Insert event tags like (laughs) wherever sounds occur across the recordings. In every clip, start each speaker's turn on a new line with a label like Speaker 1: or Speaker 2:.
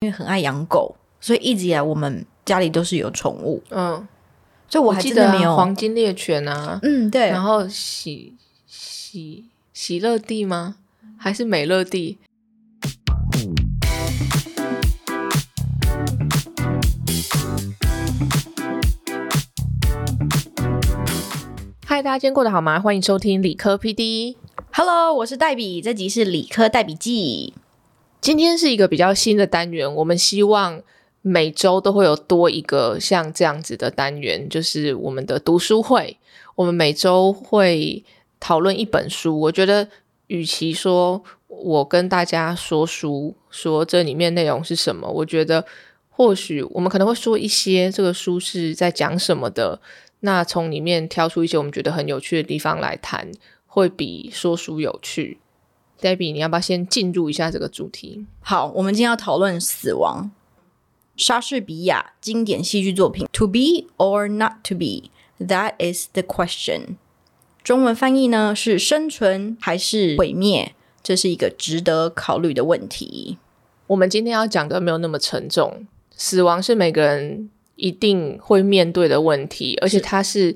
Speaker 1: 因为很爱养狗，所以一直以来我们家里都是有宠物，
Speaker 2: 嗯，
Speaker 1: 所以我
Speaker 2: 我
Speaker 1: 还
Speaker 2: 记
Speaker 1: 真
Speaker 2: 得
Speaker 1: 的
Speaker 2: 啊
Speaker 1: 没有。
Speaker 2: 黄金猎犬啊，
Speaker 1: 嗯，对
Speaker 2: 然，后喜喜喜乐蒂吗？还是美乐蒂？嗨，大家今天过得好吗？欢迎收听理科 PD。
Speaker 1: Hello，我是黛比，这集是理科黛笔记。
Speaker 2: 今天是一个比较新的单元，我们希望每周都会有多一个像这样子的单元，就是我们的读书会。我们每周会讨论一本书。我觉得，与其说我跟大家说书，说这里面内容是什么，我觉得或许我们可能会说一些这个书是在讲什么的，那从里面挑出一些我们觉得很有趣的地方来谈，会比说书有趣。Debbie，你要不要先进入一下这个主题？
Speaker 1: 好，我们今天要讨论死亡。莎士比亚经典戏剧作品《To Be or Not to Be》，That is the question。中文翻译呢是生存还是毁灭？这是一个值得考虑的问题。
Speaker 2: 我们今天要讲的没有那么沉重，死亡是每个人一定会面对的问题，而且它是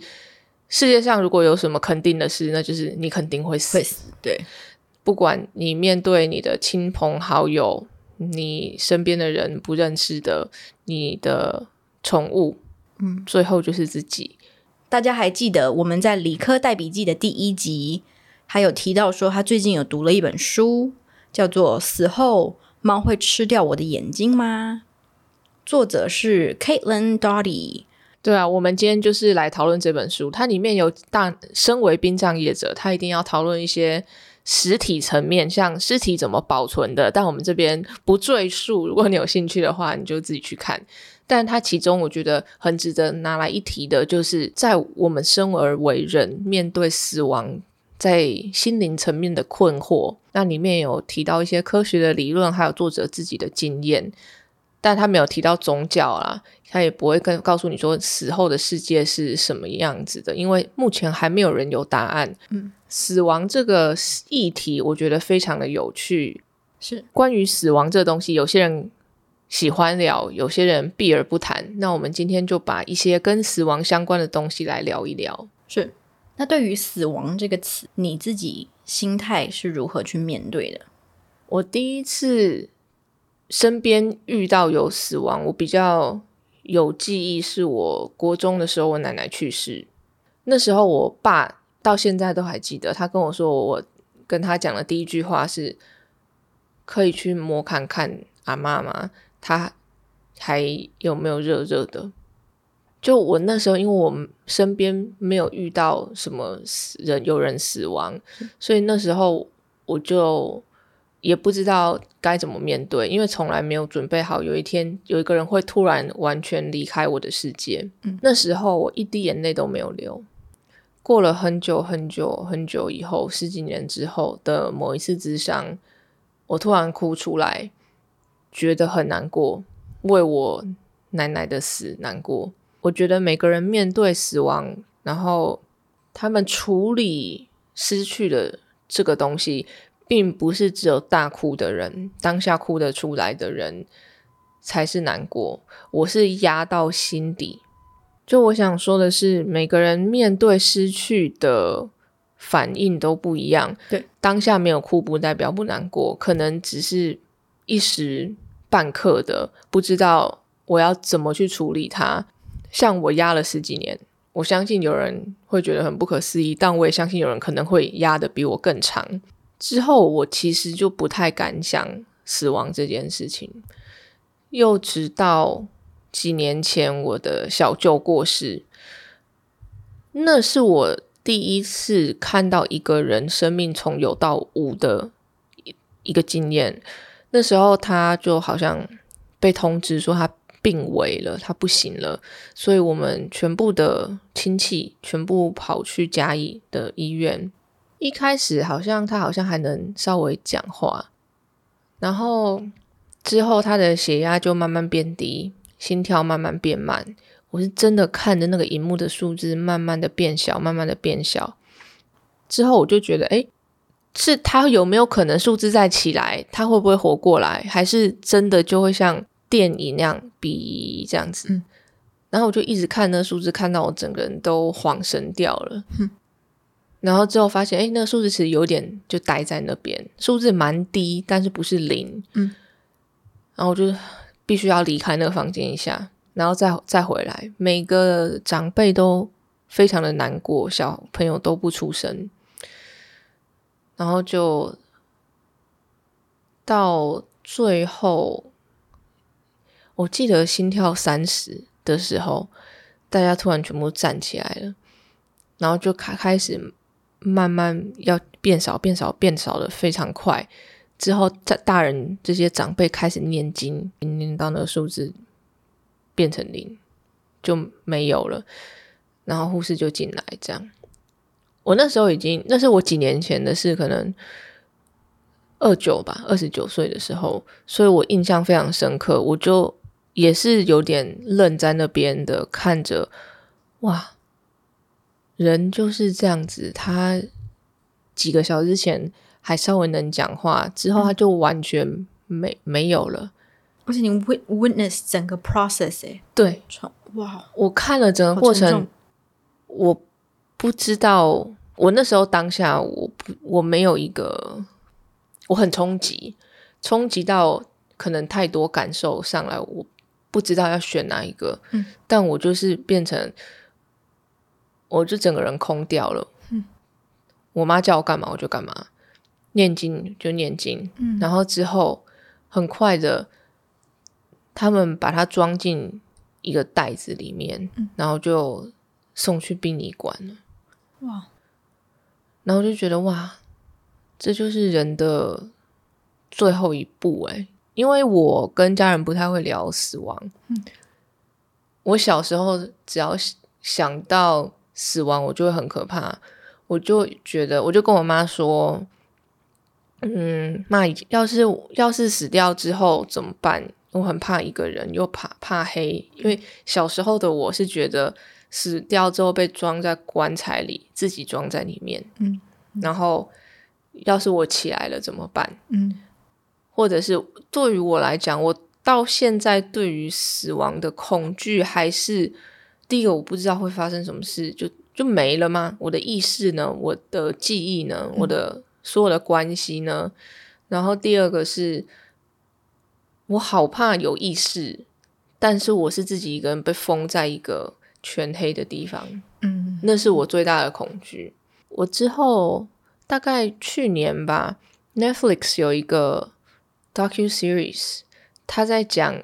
Speaker 2: 世界上如果有什么肯定的事，那就是你肯定会死。
Speaker 1: 会死，对，
Speaker 2: 不管你面对你的亲朋好友、你身边的人不认识的、你的宠物，嗯，最后就是自己。
Speaker 1: 大家还记得我们在理科带笔记的第一集，还有提到说他最近有读了一本书，叫做《死后猫会吃掉我的眼睛吗》，作者是 Caitlin Doughty。
Speaker 2: 对啊，我们今天就是来讨论这本书，它里面有大，身为殡葬业者，他一定要讨论一些实体层面，像尸体怎么保存的，但我们这边不赘述。如果你有兴趣的话，你就自己去看。但它其中我觉得很值得拿来一提的，就是在我们生而为人，面对死亡。在心灵层面的困惑，那里面有提到一些科学的理论，还有作者自己的经验，但他没有提到宗教啊，他也不会跟告诉你说死后的世界是什么样子的，因为目前还没有人有答案。
Speaker 1: 嗯，
Speaker 2: 死亡这个议题，我觉得非常的有趣。
Speaker 1: 是
Speaker 2: 关于死亡这东西，有些人喜欢聊，有些人避而不谈。那我们今天就把一些跟死亡相关的东西来聊一聊。
Speaker 1: 是，那对于死亡这个词，你自己心态是如何去面对的？
Speaker 2: 我第一次身边遇到有死亡，我比较有记忆，是我国中的时候，我奶奶去世。那时候我爸到现在都还记得，他跟我说，我跟他讲的第一句话是：可以去摸看看阿妈吗？她还有没有热热的？就我那时候，因为我身边没有遇到什么死人有人死亡，所以那时候我就也不知道该怎么面对，因为从来没有准备好有一天有一个人会突然完全离开我的世界。
Speaker 1: 嗯
Speaker 2: 那时候我一滴眼泪都没有流。过了很久很久很久以后，十几年之后的某一次之伤，我突然哭出来，觉得很难过，为我奶奶的死难过。我觉得每个人面对死亡，然后他们处理失去的这个东西，并不是只有大哭的人，当下哭得出来的人才是难过。我是压到心底。就我想说的是，每个人面对失去的反应都不一样。
Speaker 1: 对，
Speaker 2: 当下没有哭，不代表不难过，可能只是一时半刻的，不知道我要怎么去处理它。像我压了十几年，我相信有人会觉得很不可思议，但我也相信有人可能会压得比我更长。之后我其实就不太敢想死亡这件事情，又直到几年前我的小舅过世，那是我第一次看到一个人生命从有到无的一一个经验。那时候他就好像被通知说他病危了，他不行了，所以我们全部的亲戚全部跑去嘉义的医院。一开始好像他好像还能稍微讲话，然后之后他的血压就慢慢变低，心跳慢慢变慢。我是真的看着那个荧幕的数字慢慢的变小，慢慢的变小。之后我就觉得，诶，是他有没有可能数字再起来？他会不会活过来？还是真的就会像电影那样比这样子。
Speaker 1: 嗯
Speaker 2: 然后我就一直看那个数字，看到我整个人都晃神掉了。然后之后发现，哎，那个数字其实有点就待在那边，数字蛮低，但是不是零。
Speaker 1: 嗯，
Speaker 2: 然后我就必须要离开那个房间一下，然后再再回来。每个长辈都非常的难过，小朋友都不出声，然后就到最后，我记得心跳三十的时候，大家突然全部站起来了，然后就开开始慢慢要变少、变少、变少的非常快。之后，大大人这些长辈开始念经，念到那个数字变成零，就没有了。然后护士就进来，这样。我那时候已经，那是我几年前的事，可能二九吧，二十九岁的时候，所以我印象非常深刻。我就也是有点愣在那边的，看着，哇，人就是这样子。他几个小时之前还稍微能讲话，之后他就完全没没有了。
Speaker 1: 而且你 wit witness 整个 process 哎、
Speaker 2: 对
Speaker 1: 哇，
Speaker 2: 我看了整个
Speaker 1: 好
Speaker 2: 过
Speaker 1: 沉
Speaker 2: 程
Speaker 1: 重，
Speaker 2: 我不知道，我那时候当下我不我没有一个，我很冲击，冲击到可能太多感受上来，我不知道要选哪一个，
Speaker 1: 嗯
Speaker 2: 但我就是变成，我就整个人空掉了，
Speaker 1: 嗯
Speaker 2: 我妈叫我干嘛我就干嘛，念经就念经，
Speaker 1: 嗯
Speaker 2: 然后之后很快的，他们把它装进一个袋子里面，
Speaker 1: 嗯
Speaker 2: 然后就送去殡仪馆了。
Speaker 1: 哇，
Speaker 2: 然后就觉得哇，这就是人的最后一步哎、因为我跟家人不太会聊死亡，
Speaker 1: 嗯
Speaker 2: 我小时候只要想想到死亡，我就会很可怕，我就觉得我就跟我妈说，嗯，妈，要是要是死掉之后怎么办？我很怕一个人，又怕怕黑，因为小时候的我是觉得死掉之后被装在棺材里，自己装在里面，
Speaker 1: 嗯，
Speaker 2: 然后要是我起来了怎么办？
Speaker 1: 嗯
Speaker 2: 或者是对于我来讲，我到现在对于死亡的恐惧还是第一个，我不知道会发生什么事，就就没了吗？我的意识呢？我的记忆呢？我的所有的关系呢？然后第二个是，我好怕有意识，但是我是自己一个人被封在一个全黑的地方。
Speaker 1: 嗯
Speaker 2: 那是我最大的恐惧。我之后大概去年吧，Netflix 有一个 docu series，他在讲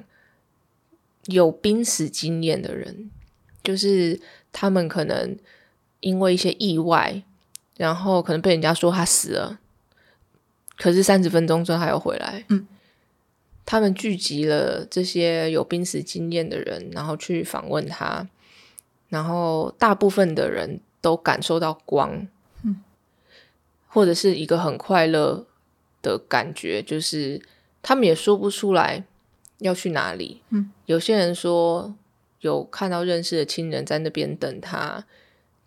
Speaker 2: 有濒死经验的人，就是他们可能因为一些意外，然后可能被人家说他死了，可是三十分钟之后他又回来。
Speaker 1: 嗯，
Speaker 2: 他们聚集了这些有濒死经验的人，然后去访问他，然后大部分的人都感受到光，
Speaker 1: 嗯，
Speaker 2: 或者是一个很快乐的感觉，就是他们也说不出来要去哪里，
Speaker 1: 嗯，
Speaker 2: 有些人说有看到认识的亲人在那边等他，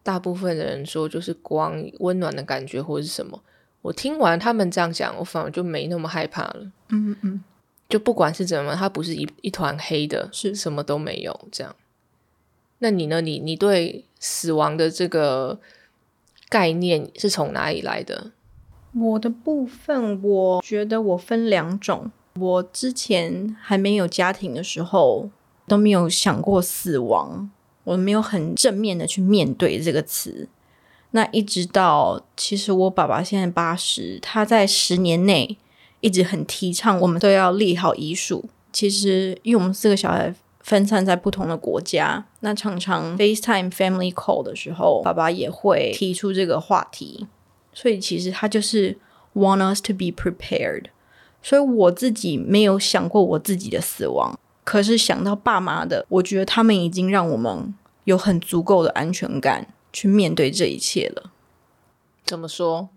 Speaker 2: 大部分的人说就是光温暖的感觉或是什么。我听完他们这样讲，我反而就没那么害怕了。
Speaker 1: 嗯嗯，
Speaker 2: 就不管是怎么，它不是一一团黑的，
Speaker 1: 是
Speaker 2: 什么都没有这样。那你呢？你你对死亡的这个概念是从哪里来的？
Speaker 1: 我的部分我觉得我分两种，我之前还没有家庭的时候都没有想过死亡，我没有很正面的去面对这个词。那一直到其实我爸爸现在八十，他在十年内一直很提倡我们都要立好遗嘱。其实因为我们四个小孩分散在不同的国家，那常常 FaceTime family call 的时候，爸爸也会提出这个话题。所以其实他就是 want us to be prepared。所以我自己没有想过我自己的死亡，可是想到爸妈的，我觉得他们已经让我们有很足够的安全感去面对这一切了。
Speaker 2: 怎么说？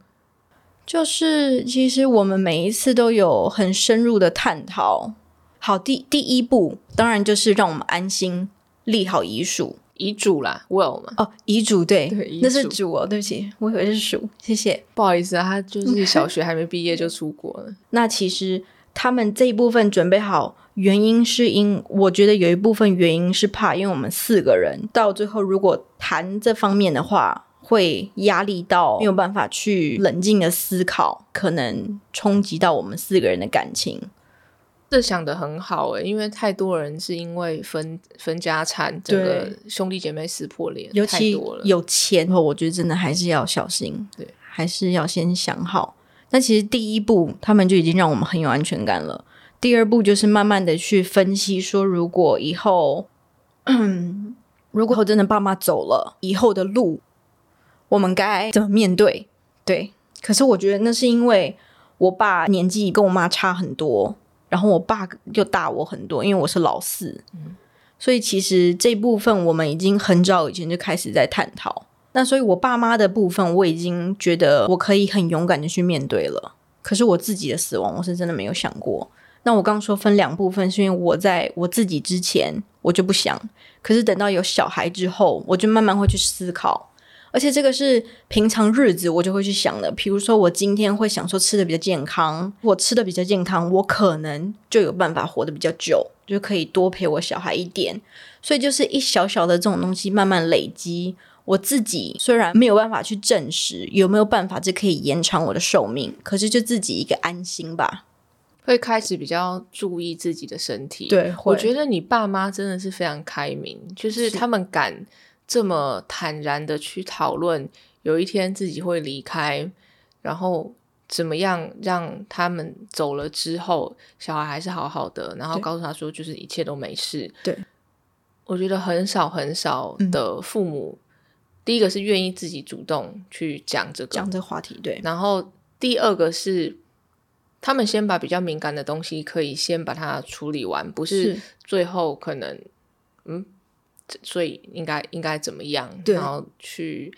Speaker 1: 就是其实我们每一次都有很深入的探讨。好，第第一步当然就是让我们安心立好遗嘱
Speaker 2: 遗嘱啦，will 嘛？
Speaker 1: 哦，遗嘱对，
Speaker 2: 对遗
Speaker 1: 那是
Speaker 2: 嘱
Speaker 1: 主哦，对不起，我以为是鼠，谢谢。
Speaker 2: 不好意思啊，他就是小学还没毕业就出国了。
Speaker 1: 那其实他们这一部分准备好原因是因，我觉得有一部分原因是怕，因为我们四个人到最后如果谈这方面的话，会压力到没有办法去冷静的思考，可能冲击到我们四个人的感情。
Speaker 2: 这想的很好诶、因为太多人是因为分分家产，整个兄弟姐妹撕破脸，
Speaker 1: 尤
Speaker 2: 太
Speaker 1: 其
Speaker 2: 多了。
Speaker 1: 有钱后，我觉得真的还是要小心，
Speaker 2: 对，
Speaker 1: 还是要先想好。那其实第一步，他们就已经让我们很有安全感了。第二步就是慢慢的去分析，说如果以后， (clears throat) 如果真的爸妈走了，以后的路我们该怎么面对？对，可是我觉得那是因为我爸年纪跟我妈差很多，然后我爸又大我很多，因为我是老四，所以其实这部分我们已经很早以前就开始在探讨。那所以我爸妈的部分，我已经觉得我可以很勇敢的去面对了。可是我自己的死亡，我是真的没有想过。那我刚说分两部分，是因为我在我自己之前我就不想，可是等到有小孩之后，我就慢慢会去思考。而且这个是平常日子我就会去想的，比如说我今天会想说吃的比较健康，我吃的比较健康，我可能就有办法活得比较久，就可以多陪我小孩一点。所以就是一小小的这种东西慢慢累积。我自己虽然没有办法去证实有没有办法这可以延长我的寿命，可是就自己一个安心吧。
Speaker 2: 会开始比较注意自己的身体。，
Speaker 1: 对，
Speaker 2: 我觉
Speaker 1: 得
Speaker 2: 得你爸妈真的是非常开明，就是
Speaker 1: 是
Speaker 2: 他们敢这么坦然的去讨论，有一天自己会离开，然后怎么样让他们走了之后，小孩还是好好的，然后
Speaker 1: 对
Speaker 2: 告诉他说，就是一切都没事。
Speaker 1: 对，嗯
Speaker 2: 我觉得很少很少的父母，第一个是愿意自己主动去讲这个
Speaker 1: 讲，这个话题，对，
Speaker 2: 然后第二个是，他们先把比较敏感的东西可以先把它处理完，不是
Speaker 1: 是
Speaker 2: 最后可能嗯，这所以应该应该怎么样，
Speaker 1: 对
Speaker 2: 然后去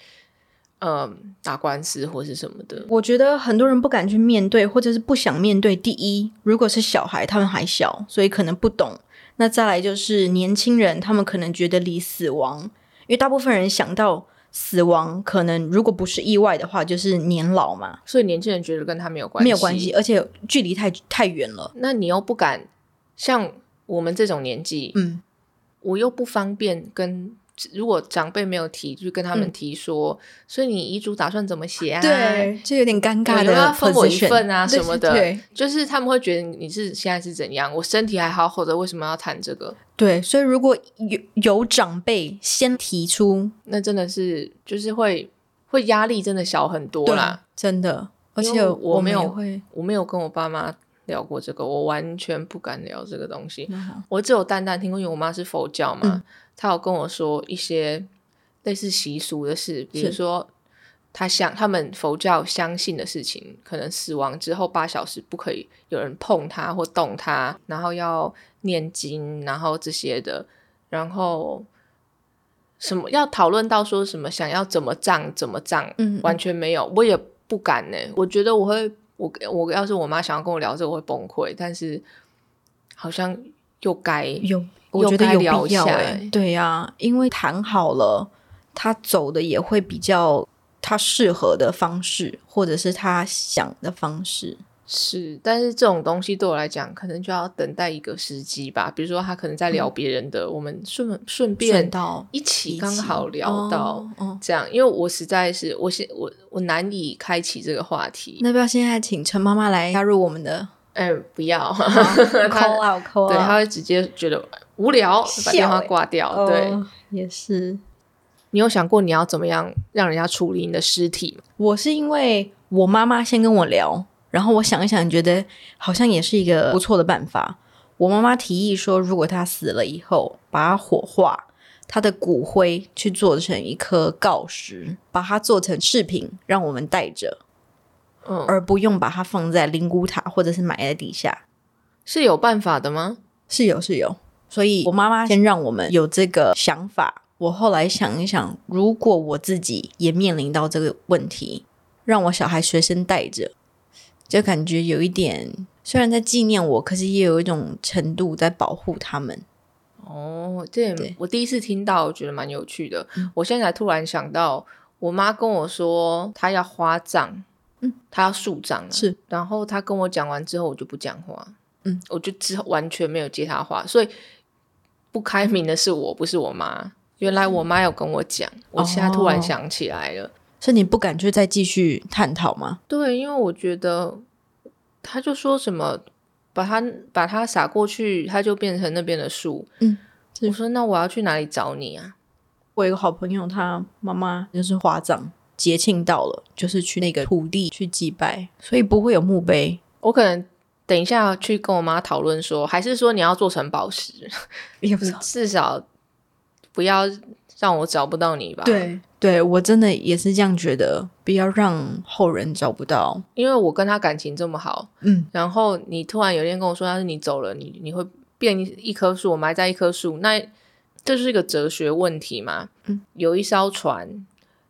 Speaker 2: 嗯、打官司或是什么的。
Speaker 1: 我觉得很多人不敢去面对，或者是不想面对。第一，如果是小孩，他们还小，所以可能不懂。那再来就是年轻人，他们可能觉得离死亡，因为大部分人想到死亡，可能如果不是意外的话，就是年老嘛，
Speaker 2: 所以年轻人觉得跟他没有关系，
Speaker 1: 没有关系，。而且距离太太远了。
Speaker 2: 那你又不敢像我们这种年纪，
Speaker 1: 嗯，
Speaker 2: 我又不方便跟。如果长辈没有提，就跟他们
Speaker 1: 嗯
Speaker 2: 提说，所以你遗嘱打算怎么写啊？
Speaker 1: 对，就有点尴尬
Speaker 2: 有没有
Speaker 1: 的
Speaker 2: 要
Speaker 1: position，
Speaker 2: 分我一份啊什么的
Speaker 1: 对
Speaker 2: 就是他们会觉得你是现在是怎样，我身体还好好的，为什么要谈这个？
Speaker 1: 对，所以如果有有长辈先提出，
Speaker 2: 那真的是就是会会压力真的小很多啦。，
Speaker 1: 真的，而
Speaker 2: 因
Speaker 1: 且
Speaker 2: 为我没
Speaker 1: 们
Speaker 2: 有
Speaker 1: 也会，
Speaker 2: 我没有跟我爸妈聊过这个，我完全不敢聊这个东西。
Speaker 1: 嗯好
Speaker 2: 我只有淡淡听过，因为我妈是佛教嘛，
Speaker 1: 嗯
Speaker 2: 她有跟我说一些类似习俗的事，比如
Speaker 1: 是
Speaker 2: 说。她相他们佛教相信的事情，可能死亡之后八小时不可以有人碰它或动它，然后要念经，然后这些的，然后什么要讨论到说什么想要怎么葬怎么葬，
Speaker 1: 嗯嗯
Speaker 2: 完全没有，我也不敢呢、我觉得我会，我我要是我妈想要跟我聊这个，我会崩溃，但是好像又该
Speaker 1: 有，
Speaker 2: 又
Speaker 1: 我觉得
Speaker 2: 该
Speaker 1: 有
Speaker 2: 聊
Speaker 1: 必
Speaker 2: 一
Speaker 1: 要
Speaker 2: 下
Speaker 1: 哎、
Speaker 2: 欸
Speaker 1: 对呀、因为谈好了，他走的也会比较他适合的方式，或者是他想的方式。
Speaker 2: 是，但是这种东西对我来讲，可能就要等待一个时机吧。比如说，他可能在聊别人的，我们顺顺便
Speaker 1: 嗯顺道
Speaker 2: 一
Speaker 1: 一
Speaker 2: 起
Speaker 1: 起
Speaker 2: 刚好聊到
Speaker 1: 哦哦
Speaker 2: 这样，因为我实在是我现我我难以开启这个话题。
Speaker 1: 那要不要现在请陈妈妈来加入我们
Speaker 2: (laughs)
Speaker 1: 的
Speaker 2: 哎，不
Speaker 1: (laughs)
Speaker 2: 要，
Speaker 1: call out call out？
Speaker 2: 对，他会直接觉得无聊，把
Speaker 1: 笑
Speaker 2: 电话
Speaker 1: 欸
Speaker 2: 挂掉。
Speaker 1: 哦
Speaker 2: 对，
Speaker 1: 也是。
Speaker 2: 你有想过你要怎么样让人家处理你的尸体吗？
Speaker 1: 我是因为我妈妈先跟我聊，然后我想一想，觉得好像也是一个不错的办法。我妈妈提议说，如果她死了以后，把她火化，她的骨灰去做成一颗锆石，把它做成饰品，让我们带着，
Speaker 2: 嗯，
Speaker 1: 而不用把它放在灵骨塔或者是埋在地下。
Speaker 2: 是有办法的吗？
Speaker 1: 是有是有，所以我妈妈先让我们有这个想法。我后来想一想，如果我自己也面临到这个问题，让我小孩随身带着，就感觉有一点，虽然在纪念我，可是也有一种程度在保护他们。
Speaker 2: 哦，这也
Speaker 1: 对嗯
Speaker 2: 我第一次听到，我觉得蛮有趣的。我现在才突然想到，我妈跟我说她要花葬，
Speaker 1: 嗯，
Speaker 2: 她要树葬、啊，
Speaker 1: 是。
Speaker 2: 然后她跟我讲完之后，我就不讲话，嗯，我就之后完全没有接他话，所以不开明的是我，不是我妈。原来我妈有跟我讲，我现在突然
Speaker 1: 哦
Speaker 2: 想起来了。
Speaker 1: 是你不敢去再继续探讨吗？
Speaker 2: 对，因为我觉得他就说什么把它把它撒过去，它就变成那边的树。
Speaker 1: 嗯，是
Speaker 2: 我说那我要去哪里找你啊？
Speaker 1: 我有一个好朋友，他妈妈就是花葬，节庆到了，就是去那个土地去祭拜，所以不会有墓碑。
Speaker 2: 我可能等一下去跟我妈讨论说，还是说你要做成
Speaker 1: (laughs)
Speaker 2: 宝石，
Speaker 1: 也不
Speaker 2: 你 (laughs) 至少不要让我找不到你吧？，
Speaker 1: 对，对我真的也是这样觉得，不要让后人找不到。
Speaker 2: 因为我跟他感情这么好，
Speaker 1: 嗯，
Speaker 2: 然后你突然有一天跟我说，要是你走了，你你会变一棵树，我埋在一棵树，那这就是一个哲学问题嘛。
Speaker 1: 嗯，
Speaker 2: 有一艘船，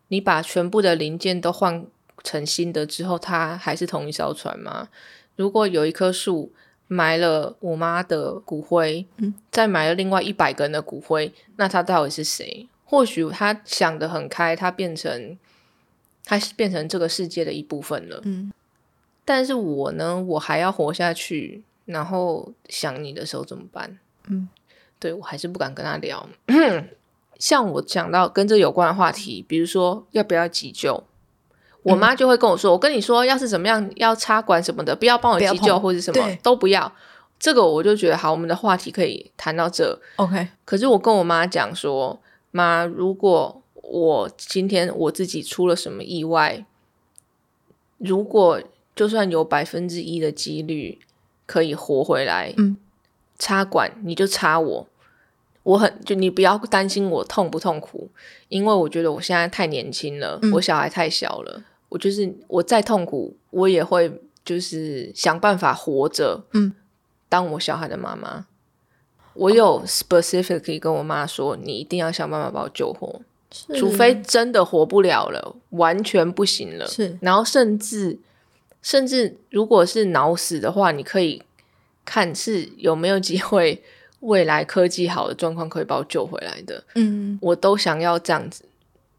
Speaker 2: 你把全部的零件都换成新的之后，它还是同一艘船吗？如果有一棵树埋了我妈的骨灰，
Speaker 1: 嗯，
Speaker 2: 再埋了另外一百个人的骨灰，那他到底是谁？或许他想得很开，他变成他变成这个世界的一部分了。
Speaker 1: 嗯，
Speaker 2: 但是我呢，我还要活下去，然后想你的时候怎么办？
Speaker 1: 嗯，
Speaker 2: 对我还是不敢跟他聊。 (clears throat) 像我讲到跟这有关的话题，比如说要不要急救，我妈
Speaker 1: 嗯
Speaker 2: 就会跟我说：“我跟你说，要是怎么样，要插管什么的，不要帮我
Speaker 1: 不要
Speaker 2: 急救
Speaker 1: 碰
Speaker 2: 或者什么
Speaker 1: 对
Speaker 2: 都不要。”这个我就觉得好，我们的话题可以谈到这。
Speaker 1: OK，
Speaker 2: 可是我跟我妈讲说，妈，如果我今天我自己出了什么意外，如果就算有百分之一的几率可以活回来，
Speaker 1: 嗯，
Speaker 2: 插管你就插我，我很就你不要担心我痛不痛苦，因为我觉得我现在太年轻了，
Speaker 1: 嗯
Speaker 2: 我小孩太小了，我就是我再痛苦，我也会就是想办法活着，
Speaker 1: 嗯，
Speaker 2: 当我小孩的妈妈。我有 specifically 跟我妈说，你一定要想办法把我救活，
Speaker 1: 嗯
Speaker 2: 除非真的活不了了，完全不行了。
Speaker 1: 是
Speaker 2: 然后甚至甚至如果是脑死的话，你可以看是有没有机会未来科技好的状况可以把我救回来的。
Speaker 1: 嗯
Speaker 2: 我都想要这样子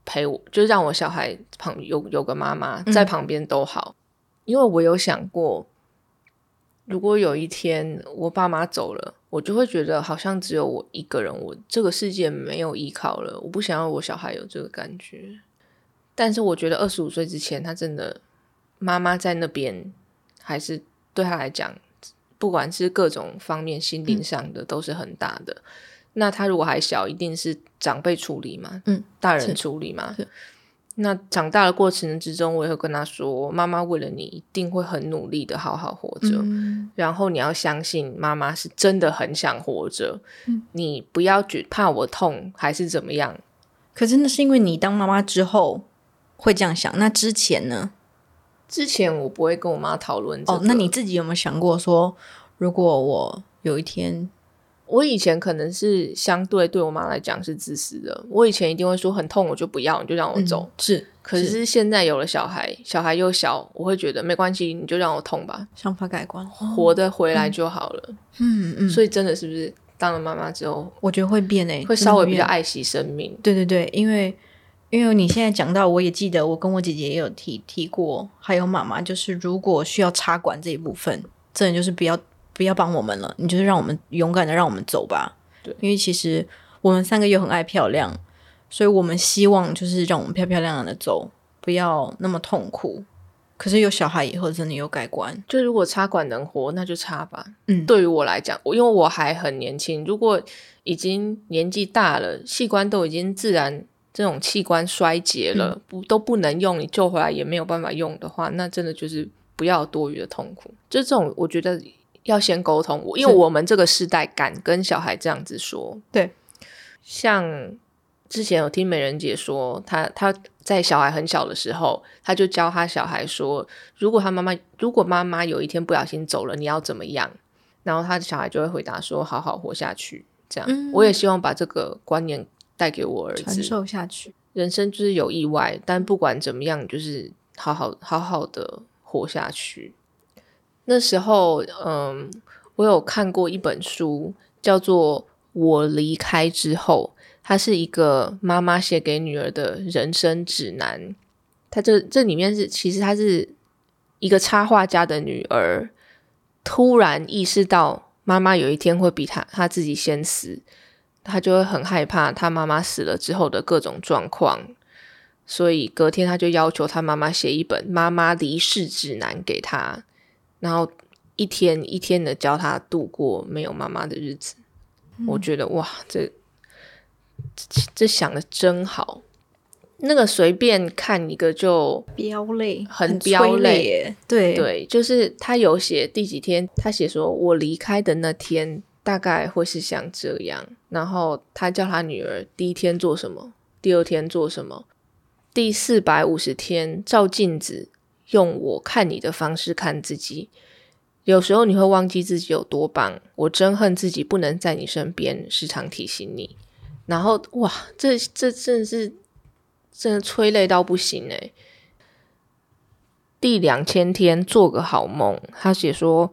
Speaker 2: 陪我，就让我小孩旁有有个妈妈在旁边都好，因为我有想过，如果有一天我爸妈走了，我就会觉得好像只有我一个人，我这个世界没有依靠了，我不想要我小孩有这个感觉。但是我觉得二十五岁之前，他真的妈妈在那边，还是对他来讲，不管是各种方面心灵上的都是很大的。那他如果还小，一定是长辈处理嘛，
Speaker 1: 嗯，
Speaker 2: 大
Speaker 1: 是
Speaker 2: 人处理嘛
Speaker 1: 是。
Speaker 2: 那长大的过程之中，我也会跟他说，妈妈为了你一定会很努力的，好好活着。
Speaker 1: 嗯
Speaker 2: 然后你要相信妈妈是真的很想活着，
Speaker 1: 嗯
Speaker 2: 你不要觉怕我痛还是怎么样。
Speaker 1: 可真的是因为你当妈妈之后会这样想，那之前呢？
Speaker 2: 之前我不会跟我妈讨论这个、
Speaker 1: 哦，那你自己有没有想过说，如果我有一天，
Speaker 2: 我以前可能是相对对我妈来讲是自私的，我以前一定会说很痛我就不要，你就让我走。
Speaker 1: 嗯是
Speaker 2: 可是现在有了小孩，小孩又小，我会觉得没关系，你就让我痛吧，
Speaker 1: 想法改观，
Speaker 2: 活得回来就好了。
Speaker 1: 嗯哦嗯，
Speaker 2: 所以真的是不是当了妈妈之后，
Speaker 1: 我觉得会变诶、
Speaker 2: 会
Speaker 1: 真的
Speaker 2: 稍微比较
Speaker 1: 变
Speaker 2: 爱惜生命？
Speaker 1: 对对对，因为因为你现在讲到，我也记得我跟我姐姐也有提提过，还有妈妈，就是如果需要插管这一部分，真的就是不要不要帮我们了，你就是让我们勇敢的让我们走吧。
Speaker 2: 对，
Speaker 1: 因为其实我们三个又很爱漂亮，所以我们希望就是让我们漂漂亮亮的走，不要那么痛苦。可是有小孩以后，真的有改观。
Speaker 2: 就如果插管能活，那就插吧。
Speaker 1: 嗯
Speaker 2: 对于我来讲，我因为我还很年轻，如果已经年纪大了，器官都已经自然这种器官衰竭了，不都不能用，你救回来也没有办法用的话，那真的就是不要有多余的痛苦。就这种，我觉得要先沟通。我因为
Speaker 1: 是
Speaker 2: 我们这个世代敢跟小孩这样子说，
Speaker 1: 对，
Speaker 2: 像之前有听美人姐说，她她在小孩很小的时候，她就教她小孩说，如果她妈妈如果妈妈有一天不小心走了，你要怎么样？然后她的小孩就会回答说，好好活下去。这样，
Speaker 1: 嗯
Speaker 2: 我也希望把这个观念带给我儿
Speaker 1: 传
Speaker 2: 子。
Speaker 1: 授下去，
Speaker 2: 人生就是有意外，但不管怎么样，就是好好好好的活下去。那时候，嗯，我有看过一本书，叫做《我离开之后》，它是一个妈妈写给女儿的人生指南。它这这里面是，其实它是一个插画家的女儿突然意识到妈妈有一天会比他他自己先死，他就会很害怕他妈妈死了之后的各种状况，所以隔天他就要求他妈妈写一本妈妈离世指南给他，然后一天一天的教他度过没有妈妈的日子。我觉得哇，这这这想的真好。那个随便看一个就
Speaker 1: 飙泪，
Speaker 2: 很
Speaker 1: 催
Speaker 2: 飙泪
Speaker 1: 耶，对
Speaker 2: 对，就是他有写第几天，他写说我离开的那天大概会是像这样，然后他叫他女儿第一天做什么，第二天做什么，第四百五十天照镜子，用我看你的方式看自己。有时候你会忘记自己有多棒，我真恨自己不能在你身边，时常提醒你。然后哇，这这真的是真的催泪到不行哎、第两千天做个好梦，他写说，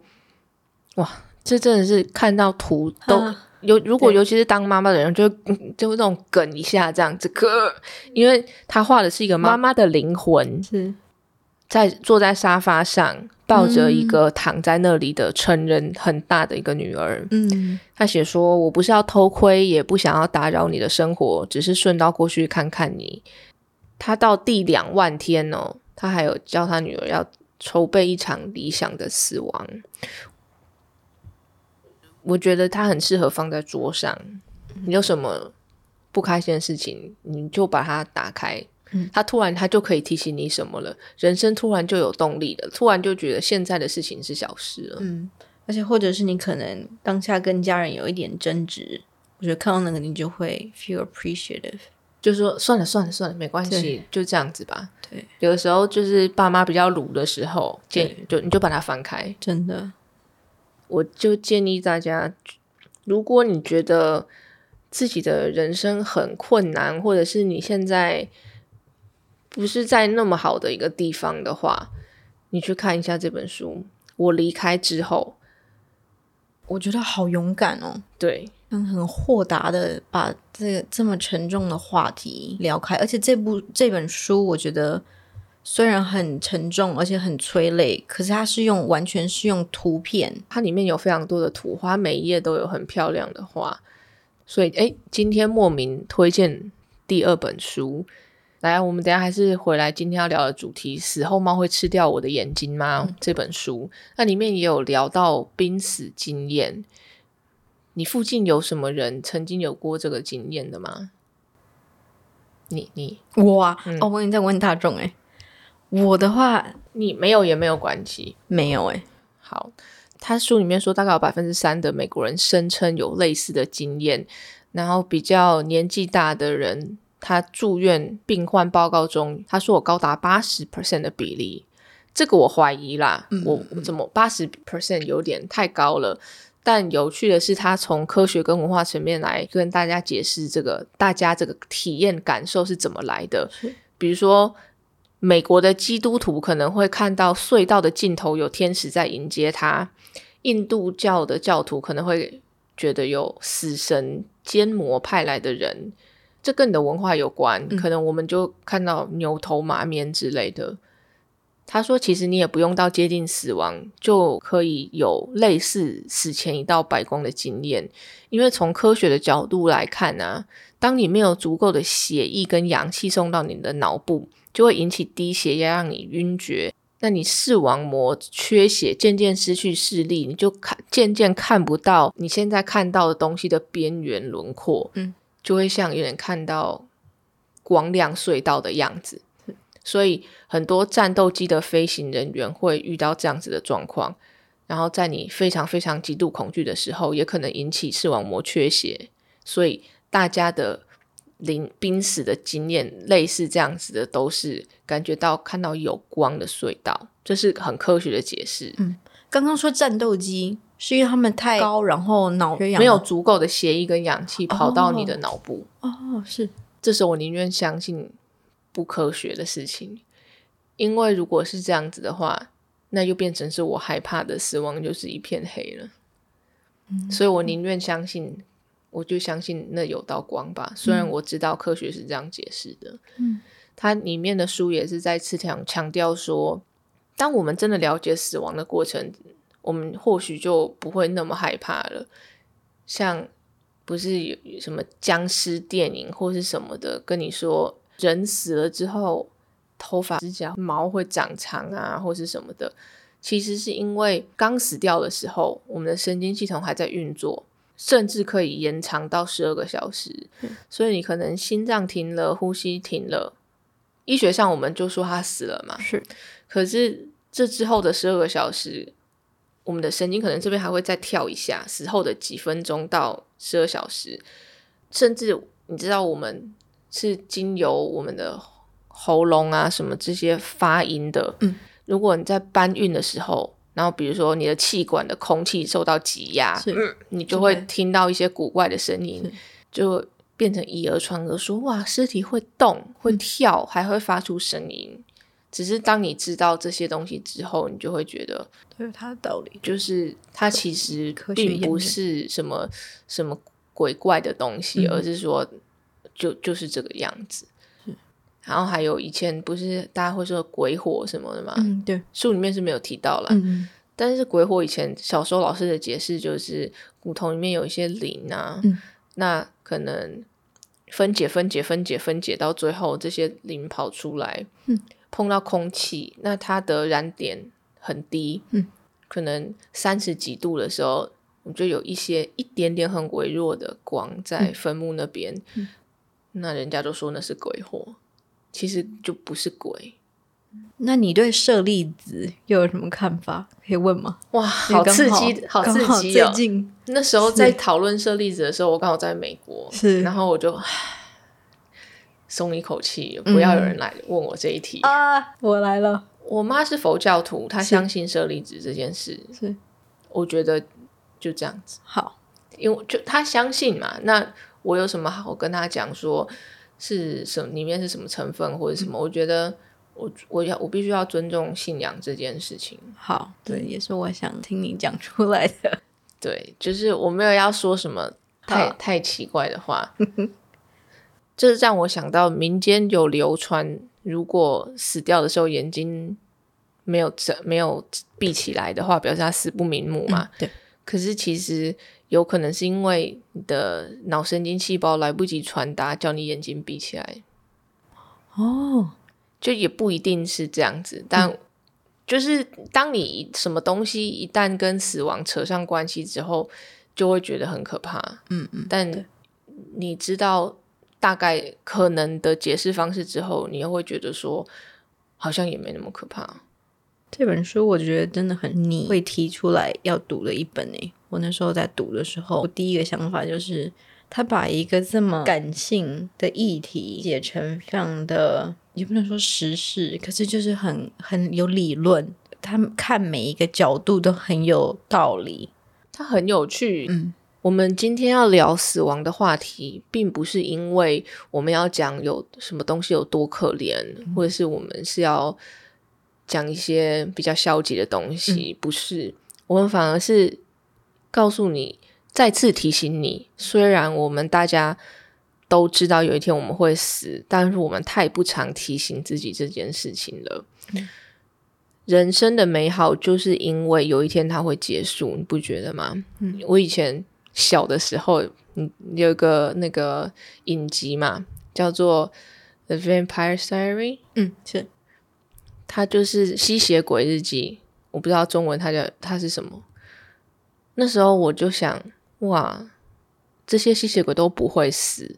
Speaker 2: 哇，这真的是看到图都
Speaker 1: 啊
Speaker 2: 有，如果
Speaker 1: 对
Speaker 2: 尤其是当妈妈的人，就会就会那种梗一下这样子，可，因为他画的是一个妈妈的灵魂，
Speaker 1: 是
Speaker 2: 在坐在沙发上，抱着一个躺在那里的成人很大的一个女儿，
Speaker 1: 嗯
Speaker 2: 他写说：“我不是要偷窥，也不想要打扰你的生活，只是顺道过去看看你。”他到第两万天哦，他还有教他女儿要筹备一场理想的死亡。我觉得他很适合放在桌上。你有什么不开心的事情，你就把它打开。
Speaker 1: 嗯
Speaker 2: 他突然他就可以提醒你什么了，人生突然就有动力了，突然就觉得现在的事情是小事了。
Speaker 1: 嗯，而且或者是你可能当下跟家人有一点争执，我觉得看到那个你就会 feel appreciative，
Speaker 2: 就说算了算了算了，没关系，就这样子吧。
Speaker 1: 对，
Speaker 2: 有的时候就是爸妈比较鲁的时候，建议就你就把它翻开。
Speaker 1: 真的，
Speaker 2: 我就建议大家，如果你觉得自己的人生很困难，或者是你现在不是在那么好的一个地方的话，你去看一下这本书。我离开之后，
Speaker 1: 我觉得好勇敢哦，
Speaker 2: 对
Speaker 1: 很很豁达的把这个这么沉重的话题聊开，而且这部这本书我觉得虽然很沉重，而且很催泪，可是它是用完全是用图片，
Speaker 2: 它里面有非常多的图画，每一页都有很漂亮的画，所以诶，今天莫名推荐第二本书。来，啊我们等一下还是回来今天要聊的主题——死后猫会吃掉我的眼睛吗？这本书那里面也有聊到濒死经验。你附近有什么人曾经有过这个经验的吗？你你
Speaker 1: 哇，
Speaker 2: 嗯
Speaker 1: 哦，我已经在问大众哎、我的话
Speaker 2: 你没有也没有关系，
Speaker 1: 没有哎、
Speaker 2: 好，他书里面说，大概有百分之三的美国人声称有类似的经验，然后比较年纪大的人，他住院病患报告中，他说有高达八十 percent 的比例，这个我怀疑啦，我我怎么八十 percent 有点太高了。但有趣的是，他从科学跟文化层面来跟大家解释这个大家这个体验感受是怎么来的。比如说，美国的基督徒可能会看到隧道的尽头有天使在迎接他，印度教的教徒可能会觉得有死神监魔派来的人，这跟你的文化有关，可能我们就看到牛头马面之类的。他说：“其实你也不用到接近死亡，就可以有类似死前一道白光的经验，因为从科学的角度来看啊，当你没有足够的血液跟氧气送到你的脑部，就会引起低血压，让你晕厥。那你视网膜缺血，渐渐失去视力，你就看渐渐看不到你现在看到的东西的边缘轮廓，
Speaker 1: 嗯，
Speaker 2: 就会像有点看到光亮隧道的样子。所以很多战斗机的飞行人员会遇到这样子的状况，然后在你非常非常极度恐惧的时候，也可能引起视网膜缺血，所以大家的临濒死的经验，类似这样子的，都是感觉到看到有光的隧道，这是很科学的解释。
Speaker 1: 刚刚说战斗机是因为他们太高，然后脑缺氧
Speaker 2: 没有足够的血液跟氧气跑到你的脑部，
Speaker 1: 哦，是
Speaker 2: 这时候我宁愿相信不科学的事情，因为如果是这样子的话，那又变成是我害怕的死亡就是一片黑了。所以我宁愿相信，我就相信那有道光吧。虽然我知道科学是这样解释的，
Speaker 1: 嗯，
Speaker 2: 它里面的书也是在次强强调说，当我们真的了解死亡的过程，我们或许就不会那么害怕了。像不是有什么僵尸电影或是什么的，跟你说人死了之后，头发、指甲、毛会长长啊，或是什么的，其实是因为刚死掉的时候，我们的神经系统还在运作，甚至可以延长到十二个小时。所以你可能心脏停了，呼吸停了，医学上我们就说他死了嘛。
Speaker 1: 是
Speaker 2: 可是这之后的十二个小时，我们的神经可能这边还会再跳一下，死后的几分钟到十二小时，甚至你知道我们是经由我们的喉咙啊什么这些发音的，
Speaker 1: 嗯，
Speaker 2: 如果你在搬运的时候。然后，比如说你的气管的空气受到挤压，
Speaker 1: 是
Speaker 2: 嗯你就会
Speaker 1: 对
Speaker 2: 听到一些古怪的声音
Speaker 1: 是，
Speaker 2: 就变成以讹传讹，说哇，尸体会动、
Speaker 1: 嗯
Speaker 2: 会跳，还会发出声音。只是当你知道这些东西之后，你就会觉得，
Speaker 1: 都有它的道理。
Speaker 2: 就是它其实
Speaker 1: 科学
Speaker 2: 并
Speaker 1: 验
Speaker 2: 不
Speaker 1: 证
Speaker 2: 是什么什么鬼怪的东西，
Speaker 1: 嗯
Speaker 2: 而是说就就是这个样子。然后还有以前不是大家会说鬼火什么的嘛，
Speaker 1: 嗯，对，
Speaker 2: 书里面是没有提到啦，
Speaker 1: 嗯
Speaker 2: 但是鬼火以前小时候老师的解释就是骨头里面有一些磷啊，
Speaker 1: 嗯
Speaker 2: 那可能分解分解分解分解到最后这些磷跑出来，
Speaker 1: 嗯
Speaker 2: 碰到空气，那它的燃点很低，
Speaker 1: 嗯
Speaker 2: 可能三十几度的时候，我就有一些一点点很微弱的光在坟墓那边，
Speaker 1: 嗯
Speaker 2: 那人家就说那是鬼火，其实就不是鬼。
Speaker 1: 那你对舍利子又有什么看法？可以问吗？
Speaker 2: 哇，好
Speaker 1: 因为
Speaker 2: 刺
Speaker 1: 刚
Speaker 2: 激，好刺
Speaker 1: 刚好
Speaker 2: 激哦！
Speaker 1: 最近
Speaker 2: 那时候在
Speaker 1: 是
Speaker 2: 讨论舍利子的时候，我刚好在美国，
Speaker 1: 是
Speaker 2: 然后我就唉松一口气，不要有
Speaker 1: 嗯
Speaker 2: 人来问我这一题。
Speaker 1: 啊， (laughs) 我来了，
Speaker 2: 我妈是佛教徒，她相信舍利子这件事，
Speaker 1: 是
Speaker 2: 我觉得就这样子，
Speaker 1: 好，
Speaker 2: 因为就她相信嘛，那我有什么好跟她讲说是什么里面是什么成分或者
Speaker 1: 嗯
Speaker 2: 什么？我觉得我我要我必须要尊重信仰这件事情。
Speaker 1: 好，对，也是我想听你讲出来的。
Speaker 2: 对，就是我没有要说什么太
Speaker 1: 好
Speaker 2: 太奇怪的话。 (laughs) 这让我想到民间有流传，如果死掉的时候眼睛没有睁、没有闭起来的话，表示他死不瞑目嘛。
Speaker 1: 啊对，
Speaker 2: 可是其实有可能是因为你的脑神经细胞来不及传达，叫你眼睛闭起来，
Speaker 1: 哦，
Speaker 2: 就也不一定是这样子。但就是当你什么东西一旦跟死亡扯上关系之后，就会觉得很可怕。
Speaker 1: 嗯嗯，
Speaker 2: 但你知道大概可能的解释方式之后，你又会觉得说，好像也没那么可怕。
Speaker 1: 这本书我觉得真的很你会提出来要读的一本诶。我那时候在读的时候，我第一个想法就是，他把一个这么感性的议题写成非常的，也不能说时事，可是就是很很有理论，他看每一个角度都很有道理。
Speaker 2: 它很有趣。
Speaker 1: 嗯，
Speaker 2: 我们今天要聊死亡的话题，并不是因为我们要讲有什么东西有多可怜，或者是我们是要讲一些比较消极的东西，不是。我们反而是告诉你，再次提醒你，虽然我们大家都知道有一天我们会死，但是我们太不常提醒自己这件事情了。人生的美好，就是因为有一天它会结束，你不觉得吗？
Speaker 1: 嗯
Speaker 2: 我以前小的时候，嗯，有一个那个影集嘛，叫做《The Vampire Diary》，
Speaker 1: 嗯，是
Speaker 2: 它就是《吸血鬼日记》，我不知道中文它叫它是什么。那时候我就想，哇，这些吸血鬼都不会死，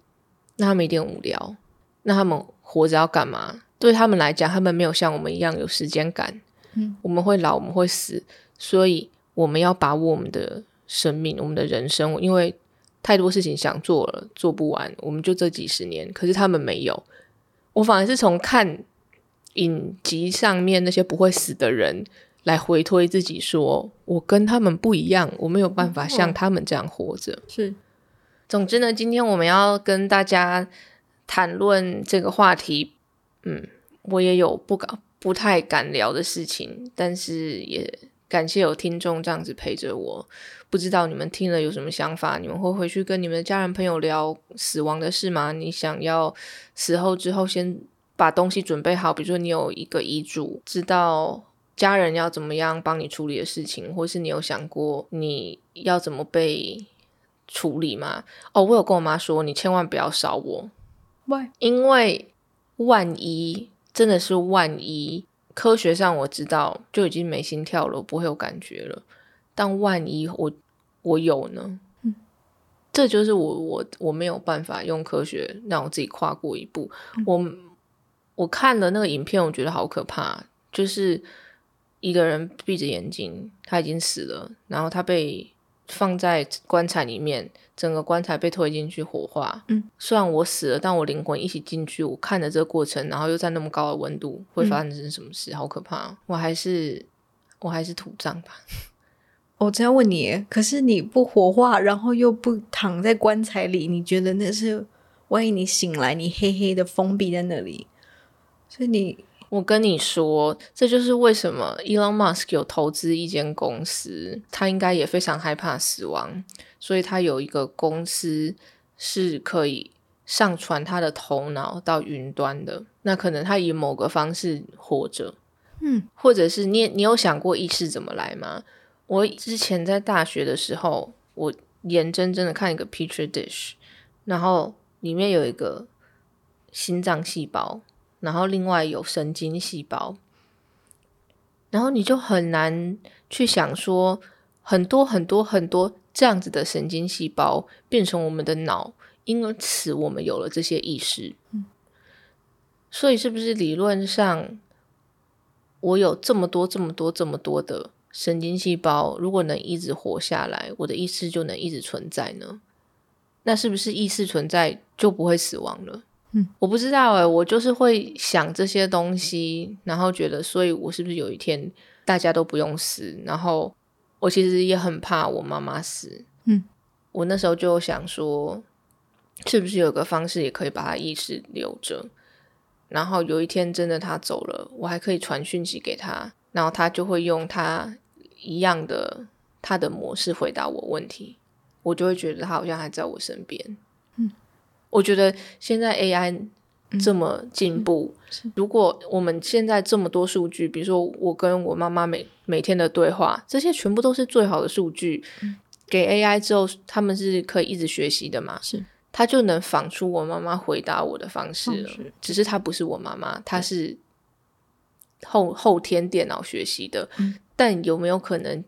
Speaker 2: 那他们一定很无聊，那他们活着要干嘛？对他们来讲，他们没有像我们一样有时间感。
Speaker 1: 嗯，
Speaker 2: 我们会老，我们会死，所以我们要把握我们的生命，我们的人生，因为太多事情想做了，做不完，我们就这几十年。可是他们没有，我反而是从看影集上面那些不会死的人来回推自己说我跟他们不一样，我没有办法像他们这样活着。
Speaker 1: 是，
Speaker 2: 总之呢，今天我们要跟大家谈论这个话题。嗯，我也有不敢、不太敢聊的事情，但是也感谢有听众这样子陪着我。不知道你们听了有什么想法？你们会回去跟你们的家人朋友聊死亡的事吗？你想要死后之后先把东西准备好，比如说你有一个遗嘱，知道家人要怎么样帮你处理的事情，或是你有想过你要怎么被处理吗？哦，我有跟我妈说，你千万不要烧我，
Speaker 1: Why？
Speaker 2: 因为万一真的是万一，科学上我知道就已经没心跳了，我不会有感觉了。但万一我我有呢？这就是我我我没有办法用科学让我自己跨过一步。我我看了那个影片，我觉得好可怕，就是一个人闭着眼睛，他已经死了，然后他被放在棺材里面，整个棺材被推进去火化。虽然我死了，但我灵魂一起进去，我看着这个过程，然后又在那么高的温度，会发生什么事？好可怕哦！我还是我还是土葬吧。
Speaker 1: 我这样问你耶，可是你不火化，然后又不躺在棺材里，你觉得那是？万一你醒来，你黑黑的封闭在那里，所以你
Speaker 2: 我跟你说，这就是为什么 Elon Musk 有投资一间公司，他应该也非常害怕死亡，所以他有一个公司是可以上传他的头脑到云端的。那可能他以某个方式活着，
Speaker 1: 嗯，
Speaker 2: 或者是你也你有想过意识怎么来吗？我之前在大学的时候，我眼睁睁的看一个 petri dish，然后里面有一个心脏细胞，然后另外有神经细胞，然后你就很难去想说很多很多很多这样子的神经细胞变成我们的脑，因此我们有了这些意识。所以是不是理论上，我有这么多这么多这么多的神经细胞，如果能一直活下来，我的意识就能一直存在呢？那是不是意识存在就不会死亡了？
Speaker 1: 嗯，
Speaker 2: 我不知道哎、我就是会想这些东西，然后觉得，所以我是不是有一天大家都不用死？然后我其实也很怕我妈妈死，
Speaker 1: 嗯，
Speaker 2: 我那时候就想说，是不是有个方式也可以把她意识留着？然后有一天真的他走了，我还可以传讯息给他，然后他就会用他一样的他的模式回答我问题，我就会觉得他好像还在我身边。嗯，我觉得现在 AI 这么进步，
Speaker 1: 是
Speaker 2: 如果我们现在这么多数据，比如说我跟我妈妈每每天的对话，这些全部都是最好的数据。给 AI 之后，他们是可以一直学习的嘛？
Speaker 1: 是
Speaker 2: 他就能仿出我妈妈回答我的方式了
Speaker 1: 方式。
Speaker 2: 只是他不是我妈妈，他是后后天电脑学习的。但有没有可能，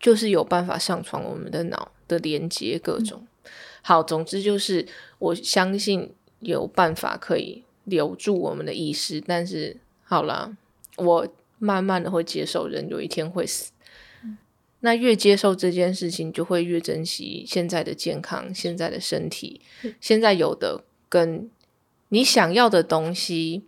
Speaker 2: 就是有办法上传我们的脑的连接各种？好，总之就是我相信有办法可以留住我们的意识，但是好啦，我慢慢的会接受人有一天会死。那越接受这件事情，就会越珍惜现在的健康、现在的身体、现在有的跟你想要的东西，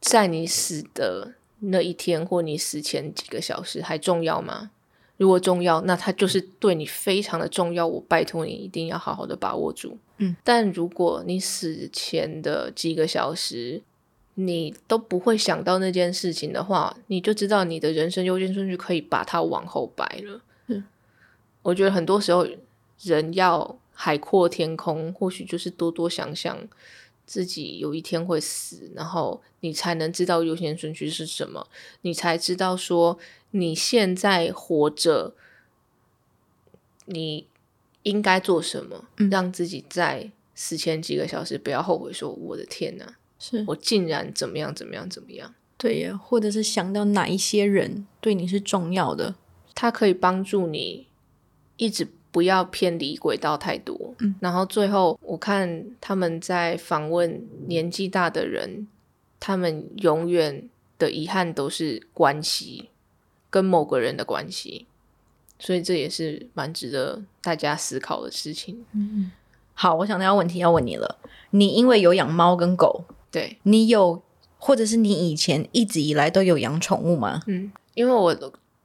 Speaker 2: 在你死的那一天或你死前几个小时还重要吗？如果重要，那它就是对你非常的重要。我拜托你一定要好好的把握住。
Speaker 1: 嗯，
Speaker 2: 但如果你死前的几个小时，你都不会想到那件事情的话，你就知道你的人生优先顺序可以把它往后摆了。
Speaker 1: 嗯，
Speaker 2: 我觉得很多时候人要海阔天空，或许就是多多想想自己有一天会死，然后你才能知道优先顺序是什么，你才知道说你现在活着，你应该做什么，
Speaker 1: 嗯
Speaker 2: 让自己在死前几个小时不要后悔说我的天哪、
Speaker 1: 是
Speaker 2: 我竟然怎么样怎么样怎么样。
Speaker 1: 对耶，或者是想到哪一些人对你是重要的，
Speaker 2: 它可以帮助你一直不要偏离轨道太多。
Speaker 1: 嗯，
Speaker 2: 然后最后我看他们在访问年纪大的人，他们永远的遗憾都是关系跟某个人的关系，所以这也是蛮值得大家思考的事情。
Speaker 1: 好，我想到问题要问你了。你因为有养猫跟狗，
Speaker 2: 对，
Speaker 1: 你有或者是你以前一直以来都有养宠物吗？
Speaker 2: 嗯，因为我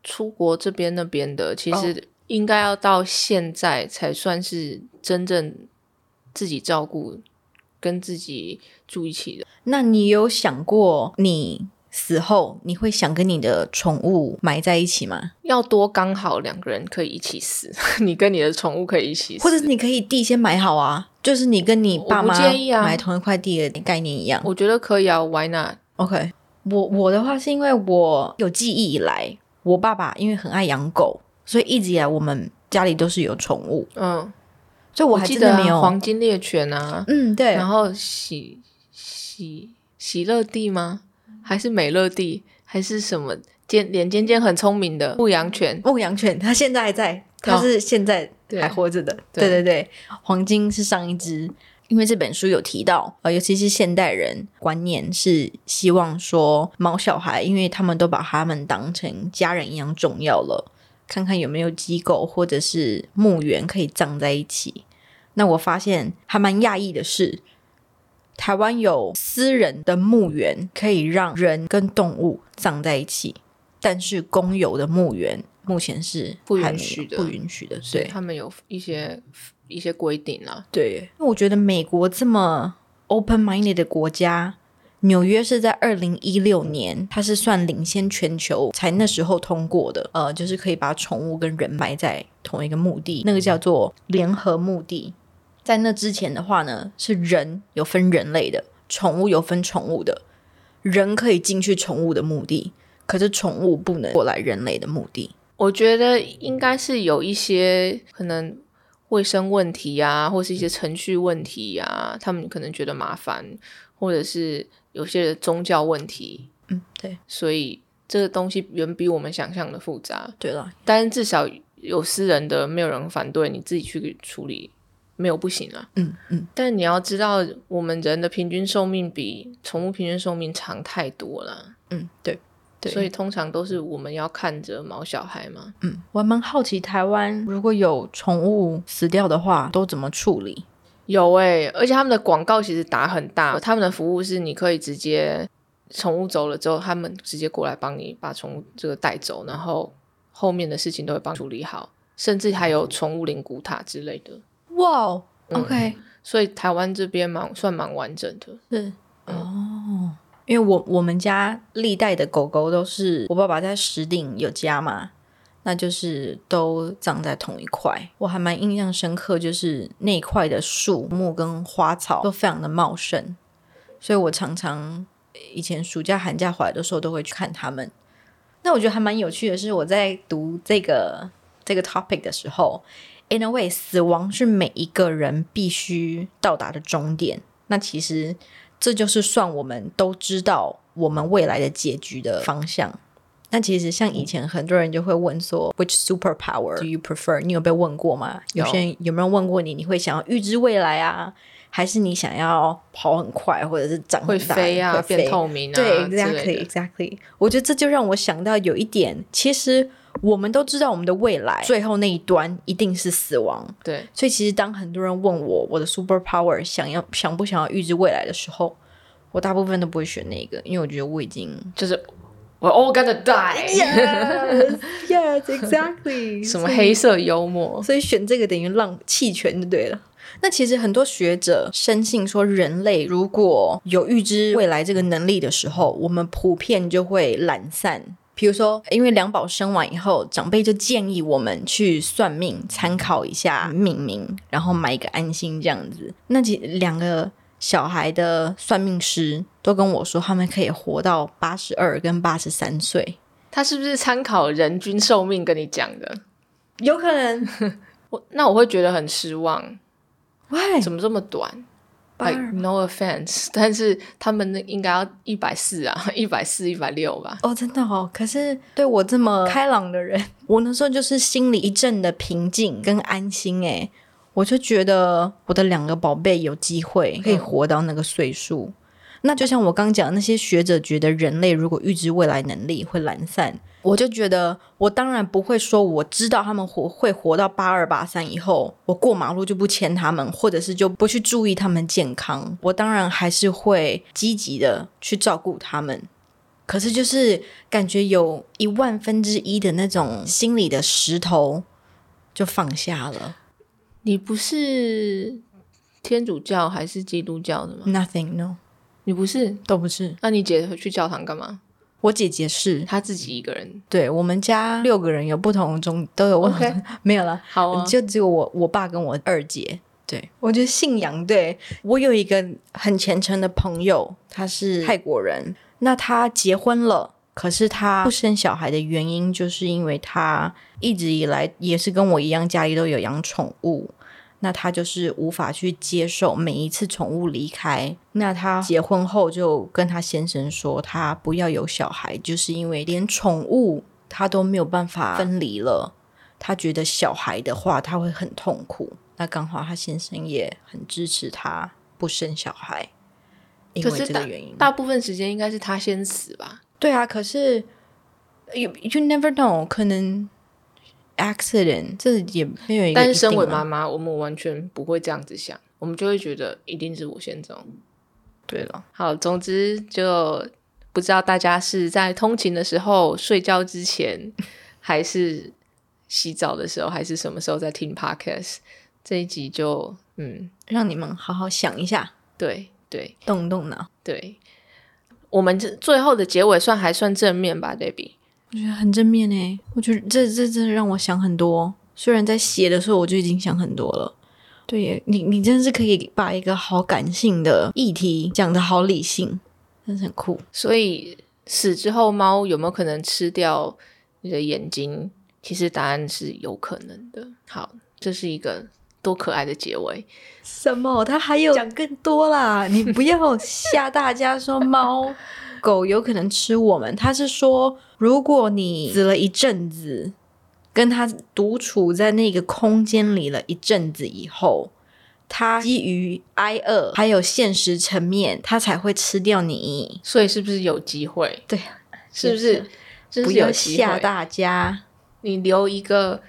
Speaker 2: 出国这边那边的，其实应该要到现在才算是真正自己照顾跟自己住一起的。
Speaker 1: 那你有想过你死后你会想跟你的宠物埋在一起吗？
Speaker 2: 要多刚好两个人可以一起死， (laughs) 你跟你的宠物可以一起死，
Speaker 1: 或者是你可以地先埋好啊，就是你跟你爸
Speaker 2: 我
Speaker 1: 妈
Speaker 2: 不介意啊
Speaker 1: 埋同一块地的概念一样。
Speaker 2: 我觉得可以啊，Why not？
Speaker 1: OK，我我的话是因为我有记忆以来，我爸爸因为很爱养狗，所以一直以来我们家里都是有宠物，
Speaker 2: 嗯，
Speaker 1: 所以我还
Speaker 2: 记
Speaker 1: 真
Speaker 2: 得
Speaker 1: 的
Speaker 2: 啊
Speaker 1: 没有。
Speaker 2: 黄金猎犬啊，
Speaker 1: 嗯，对，
Speaker 2: 然后喜喜喜乐蒂吗？还是美乐蒂？还是什么？尖脸尖尖很聪明的牧羊犬，
Speaker 1: 牧羊犬，它现在还在，它是现在
Speaker 2: 对
Speaker 1: 还活着的。
Speaker 2: 对
Speaker 1: 哦对对对，黄金是上一只，因为这本书有提到，呃，尤其是现代人观念是希望说毛小孩，因为他们都把他们当成家人一样重要了，看看有没有机构或者是墓园可以葬在一起。那我发现还蛮讶异的是，台湾有私人的墓园可以让人跟动物葬在一起，但是公有的墓园目前是
Speaker 2: 不
Speaker 1: 还
Speaker 2: 允
Speaker 1: 没有
Speaker 2: 许的
Speaker 1: 不允许的。
Speaker 2: 所以
Speaker 1: 对
Speaker 2: 他们有一些一些规定啊。
Speaker 1: 对，因为我觉得美国这么 open minded 的国家。纽约是在二零一六年，它是算领先全球，才那时候通过的。呃，就是可以把宠物跟人埋在同一个墓地，那个叫做联合墓地。在那之前的话呢，是人有分人类的，宠物有分宠物的，人可以进去宠物的墓地，可是宠物不能过来人类的墓地。
Speaker 2: 我觉得应该是有一些可能卫生问题啊，或是一些程序问题啊，他们可能觉得麻烦，或者是有些宗教问题，
Speaker 1: 嗯，对，
Speaker 2: 所以这个东西远比我们想象的复杂。
Speaker 1: 对了，
Speaker 2: 但是至少有私人的，没有人反对，你自己去处理，没有不行啊。
Speaker 1: 嗯嗯，
Speaker 2: 但你要知道，我们人的平均寿命比宠物平均寿命长太多了，
Speaker 1: 嗯，对，对。
Speaker 2: 所以通常都是我们要看着毛小孩嘛。
Speaker 1: 嗯，我还蛮好奇台湾如果有宠物死掉的话，都怎么处理？
Speaker 2: 有诶、而且他们的广告其实打很大，他们的服务是你可以直接宠物走了之后，他们直接过来帮你把宠物这个带走，然后后面的事情都会帮你处理好，甚至还有宠物灵骨塔之类的。
Speaker 1: 哇、哦
Speaker 2: 嗯
Speaker 1: o k
Speaker 2: 所以台湾这边蛮算蛮完整的。
Speaker 1: 是哦，因为我我们家历代的狗狗都是我爸爸在石碇有家嘛，那就是都长在同一块。我还蛮印象深刻，就是那一块的树木跟花草都非常的茂盛，所以我常常以前暑假寒假回来的时候都会去看它们。那我觉得还蛮有趣的是，我在读这个这个 topic 的时候，in a way，死亡是每一个人必须到达的终点。那其实这就是算我们都知道我们未来的结局的方向。那其实像以前很多人就会问说，Which superpower do you prefer？你有被问过吗？
Speaker 2: 有
Speaker 1: 有些人有没有问过你？你会想要预知未来啊，还是你想要跑很快，或者是长
Speaker 2: 会
Speaker 1: 很大
Speaker 2: 飞啊，
Speaker 1: 会
Speaker 2: 变透明啊，
Speaker 1: 对
Speaker 2: 之类
Speaker 1: ，exactly
Speaker 2: 的
Speaker 1: exactly。我觉得这就让我想到有一点，其实我们都知道我们的未来最后那一端一定是死亡，
Speaker 2: 对，
Speaker 1: 所以其实当很多人问我我的 super power 想要想不想要预知未来的时候，我大部分都不会选那个，因为我觉得我已
Speaker 2: (laughs)
Speaker 1: 经
Speaker 2: 就是我 all gonna
Speaker 1: (laughs)
Speaker 2: die，
Speaker 1: yes yes exactly
Speaker 2: 什么黑色幽默，
Speaker 1: 所以选这个等于浪弃权就对了。那其实很多学者深信说，人类如果有预知未来这个能力的时候，我们普遍就会懒散。比如说，因为两宝生完以后，长辈就建议我们去算命，参考一下命名，然后买一个安心这样子。那几两个小孩的算命师都跟我说，他们可以活到八十二跟八十三岁，
Speaker 2: 他是不是参考人均寿命跟你讲的？
Speaker 1: 有可 (laughs) 能。
Speaker 2: 我那我会觉得很失望，
Speaker 1: 喂，
Speaker 2: 怎么这么短
Speaker 1: 八
Speaker 2: ？Like no offense，但 (laughs) 是他们那应该要一百四啊， (laughs) 一百四、一百六吧。
Speaker 1: 哦，真的哦。可是对我这么开朗的人， (laughs) 我那时候就是心里一阵的平静跟安心诶，我就觉得我的两个宝贝有机会可以活到那个岁数。那就像我刚讲，那些学者觉得人类如果预知未来能力会懒散，我就觉得我当然不会说我知道他们活会活到八二八三以后，我过马路就不牵他们，或者是就不去注意他们健康。我当然还是会积极的去照顾他们，可是就是感觉有一万分之一的那种心里的石头就放下了。
Speaker 2: 你不是天主教还是基督教的吗？
Speaker 1: Nothing, no，
Speaker 2: 你不是？
Speaker 1: 都不是。
Speaker 2: 那你姐去教堂干嘛？
Speaker 1: 我姐姐是，
Speaker 2: 她自己一个人。
Speaker 1: 对我们家六个人有不同的宗，都有不同的
Speaker 2: OK
Speaker 1: (laughs) 没有啦，
Speaker 2: 好啊，
Speaker 1: 就只有我我爸跟我二姐。对，哦我觉得信仰对我有一个很虔诚的朋友，他是泰国人，那他结婚了，可是他不生小孩的原因，就是因为他一直以来也是跟我一样，家里都有养宠物。那他就是无法去接受每一次宠物离开。那他结婚后就跟他先生说，他不要有小孩，就是因为连宠物他都没有办法分离了。他觉得小孩的话，他会很痛苦。那刚好他先生也很支持他不生小孩，因
Speaker 2: 可
Speaker 1: 为
Speaker 2: 是
Speaker 1: 这个
Speaker 2: 大
Speaker 1: 原因。
Speaker 2: 大部分时间应该是他先死吧？
Speaker 1: 对啊，可是 you you never know，可能 accident 这也没有一个一定啊。
Speaker 2: 但是身为妈妈，我们完全不会这样子想，我们就会觉得一定是我先走。
Speaker 1: 对了，
Speaker 2: 好，总之就不知道大家是在通勤的时候、睡觉之前，还是洗澡的时候，还是什么时候在听 podcast。这一集就嗯，
Speaker 1: 让你们好好想一下，
Speaker 2: 对对
Speaker 1: 动动脑，
Speaker 2: 对，我们这最后的结尾算还算正面吧，Debbie。
Speaker 1: 我觉得很正面诶。我觉得这这真的让我想很多。虽然在写的时候我就已经想很多了。对耶，你你真的是可以把一个好感性的议题讲的好理性，真是很酷。
Speaker 2: 所以死之后，猫有没有可能吃掉你的眼睛？其实答案是有可能的。好，这是一个多可爱的结尾。
Speaker 1: 什么？它还有讲更多啦！你不要吓大家说猫狗有可能吃我们。他是说，如果你死了一阵子，跟它独处在那个空间里了一阵子以后，它基于挨饿还有现实层面，它才会吃掉你。
Speaker 2: 所以是不是有机会？
Speaker 1: 对，
Speaker 2: 是不是？真
Speaker 1: 不
Speaker 2: 是有
Speaker 1: 要
Speaker 2: 机
Speaker 1: 吓
Speaker 2: 会？
Speaker 1: 大家。
Speaker 2: 你留一个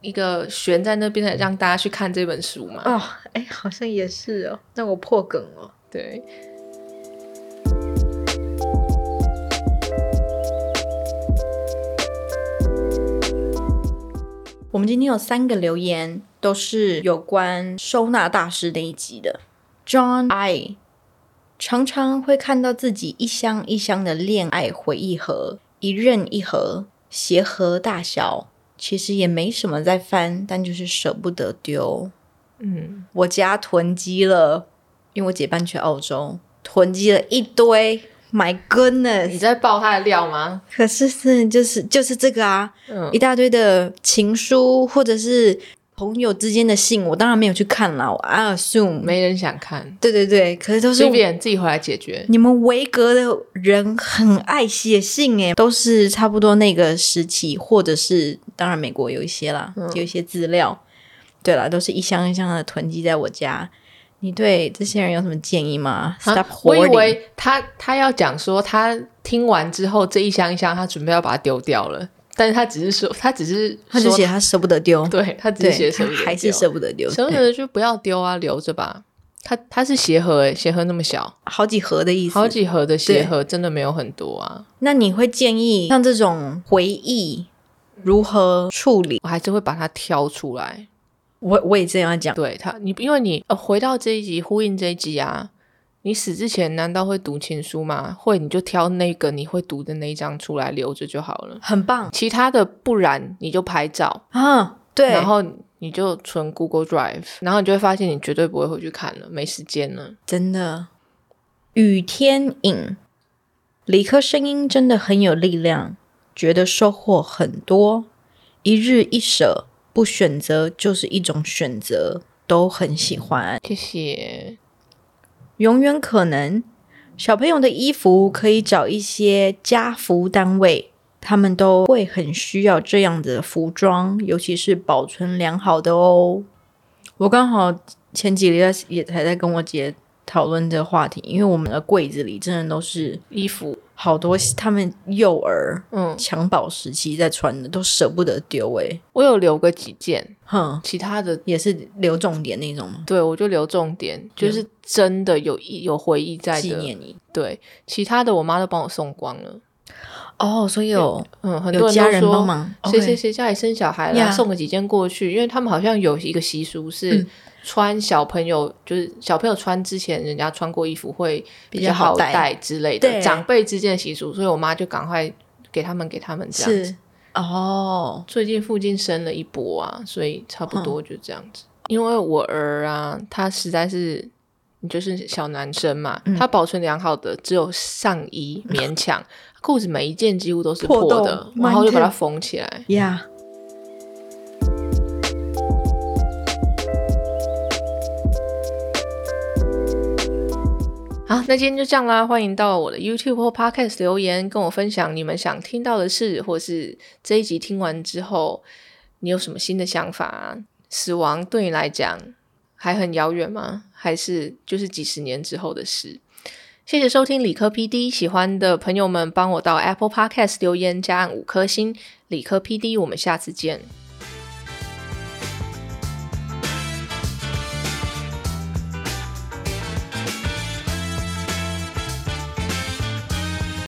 Speaker 2: 一个悬在那边的，让大家去看这本书嘛？
Speaker 1: 哦，哎，好像也是哦。那我破梗了。
Speaker 2: 对。
Speaker 1: 我们今天有三个留言，都是有关收纳大师那一集的。John I 常常会看到自己一箱一箱的恋爱回忆盒，一任一盒，鞋盒大小，其实也没什么在翻，但就是舍不得丢。
Speaker 2: 嗯，
Speaker 1: 我家囤积了，因为我姐搬去澳洲，囤积了一堆。My
Speaker 2: 你
Speaker 1: goodness！
Speaker 2: 在爆他的料吗？
Speaker 1: 可是是就是就是这个啊，
Speaker 2: 嗯
Speaker 1: 一，大堆的情书或者是朋友之间的信，我当然没有去看啦。我 I assume
Speaker 2: 没人想看，
Speaker 1: 对对对，嗯可是都
Speaker 2: 所
Speaker 1: 是
Speaker 2: 以别人自己回来解决。
Speaker 1: 你们维格的人很爱写信诶，都是差不多那个时期，或者是当然美国有一些啦，
Speaker 2: 嗯
Speaker 1: 有一些资料。对啦，都是一箱一箱的囤积在我家。你对这些人有什么建议吗？Stop
Speaker 2: 啊我以
Speaker 1: hoarding。
Speaker 2: 为他他要讲说，他听完之后这一箱一箱，他准备要把它丢掉了，但是他只是说，他只是
Speaker 1: 他就
Speaker 2: 说
Speaker 1: 写，他舍不得丢，
Speaker 2: 对他只是写
Speaker 1: 对，
Speaker 2: 舍
Speaker 1: 他
Speaker 2: 不得
Speaker 1: 还是
Speaker 2: 丢
Speaker 1: 舍不得丢，
Speaker 2: 舍不
Speaker 1: 对
Speaker 2: 得就不要丢啊，留着吧。它它是鞋盒诶，鞋盒那么小，
Speaker 1: 好几盒的意思。
Speaker 2: 好几盒的鞋盒真的没有很多啊，
Speaker 1: 那你会建议像这种回忆如何处理？
Speaker 2: 我还是会把它挑出来。
Speaker 1: 我我也这样讲，
Speaker 2: 对它，你因为你呃回到这一集呼应这一集啊，你死之前难道会读情书吗？会你就挑那个你会读的那一张出来留着就好了，
Speaker 1: 很棒
Speaker 2: 其他的不然你就拍照，
Speaker 1: 啊！对，
Speaker 2: 然后你就存 Google Drive，然后你就会发现你绝对不会回去看了，没时间了。
Speaker 1: 真的，雨天影，理科声音真的很有力量，觉得收获很多。一日一舍，不选择就是一种选择，都很喜欢。
Speaker 2: 谢谢。
Speaker 1: 永远可能，小朋友的衣服可以找一些家服单位，他们都会很需要这样的服装，尤其是保存良好的哦。我刚好前几个月也才在跟我姐讨论这个话题，因为我们的柜子里真的都是
Speaker 2: 衣服，
Speaker 1: 好多他们幼儿
Speaker 2: 嗯，
Speaker 1: 襁褓时期在穿的，都舍不得丢诶、
Speaker 2: 我有留个几件，
Speaker 1: 哼，
Speaker 2: 其他的
Speaker 1: 也是留重点那种吗？
Speaker 2: 对我就留重点，就是真的有意有回忆在
Speaker 1: 纪
Speaker 2: 的。
Speaker 1: 念你
Speaker 2: 对，其他的我妈都帮我送光了。
Speaker 1: 哦，所以有
Speaker 2: 嗯，很多
Speaker 1: 有
Speaker 2: 人
Speaker 1: 家
Speaker 2: 都
Speaker 1: 人
Speaker 2: 说
Speaker 1: 帮忙，哦
Speaker 2: 谁
Speaker 1: OK
Speaker 2: 谁谁家里生小孩了
Speaker 1: Yeah
Speaker 2: 送个几件过去，因为他们好像有一个习俗是
Speaker 1: 嗯
Speaker 2: 穿小朋友，就是小朋友穿之前人家穿过衣服会
Speaker 1: 比
Speaker 2: 较
Speaker 1: 较好
Speaker 2: 好
Speaker 1: 带
Speaker 2: 带之类
Speaker 1: 对
Speaker 2: 的，长辈之间的习俗，所以我妈就赶快给他们给他们这样子。
Speaker 1: 是哦，
Speaker 2: 最近附近生了一波啊，所以差不多就这样子。因为我儿啊，他实在是你就是小男生嘛，
Speaker 1: 嗯
Speaker 2: 他保存良好的只有上衣勉强，裤子每一件几乎都是
Speaker 1: 破
Speaker 2: 破的
Speaker 1: 洞，
Speaker 2: 然后就把它
Speaker 1: 满天
Speaker 2: 缝起来。
Speaker 1: Yeah，
Speaker 2: 好，那今天就这样啦。欢迎到我的 YouTube 或 Podcast 留言，跟我分享你们想听到的事，或是这一集听完之后，你有什么新的想法啊？死亡对你来讲还很遥远吗？还是就是几十年之后的事？谢谢收听理科 PD，喜欢的朋友们帮我到 Apple Podcast 留言加按五颗星。理科 PD，我们下次见。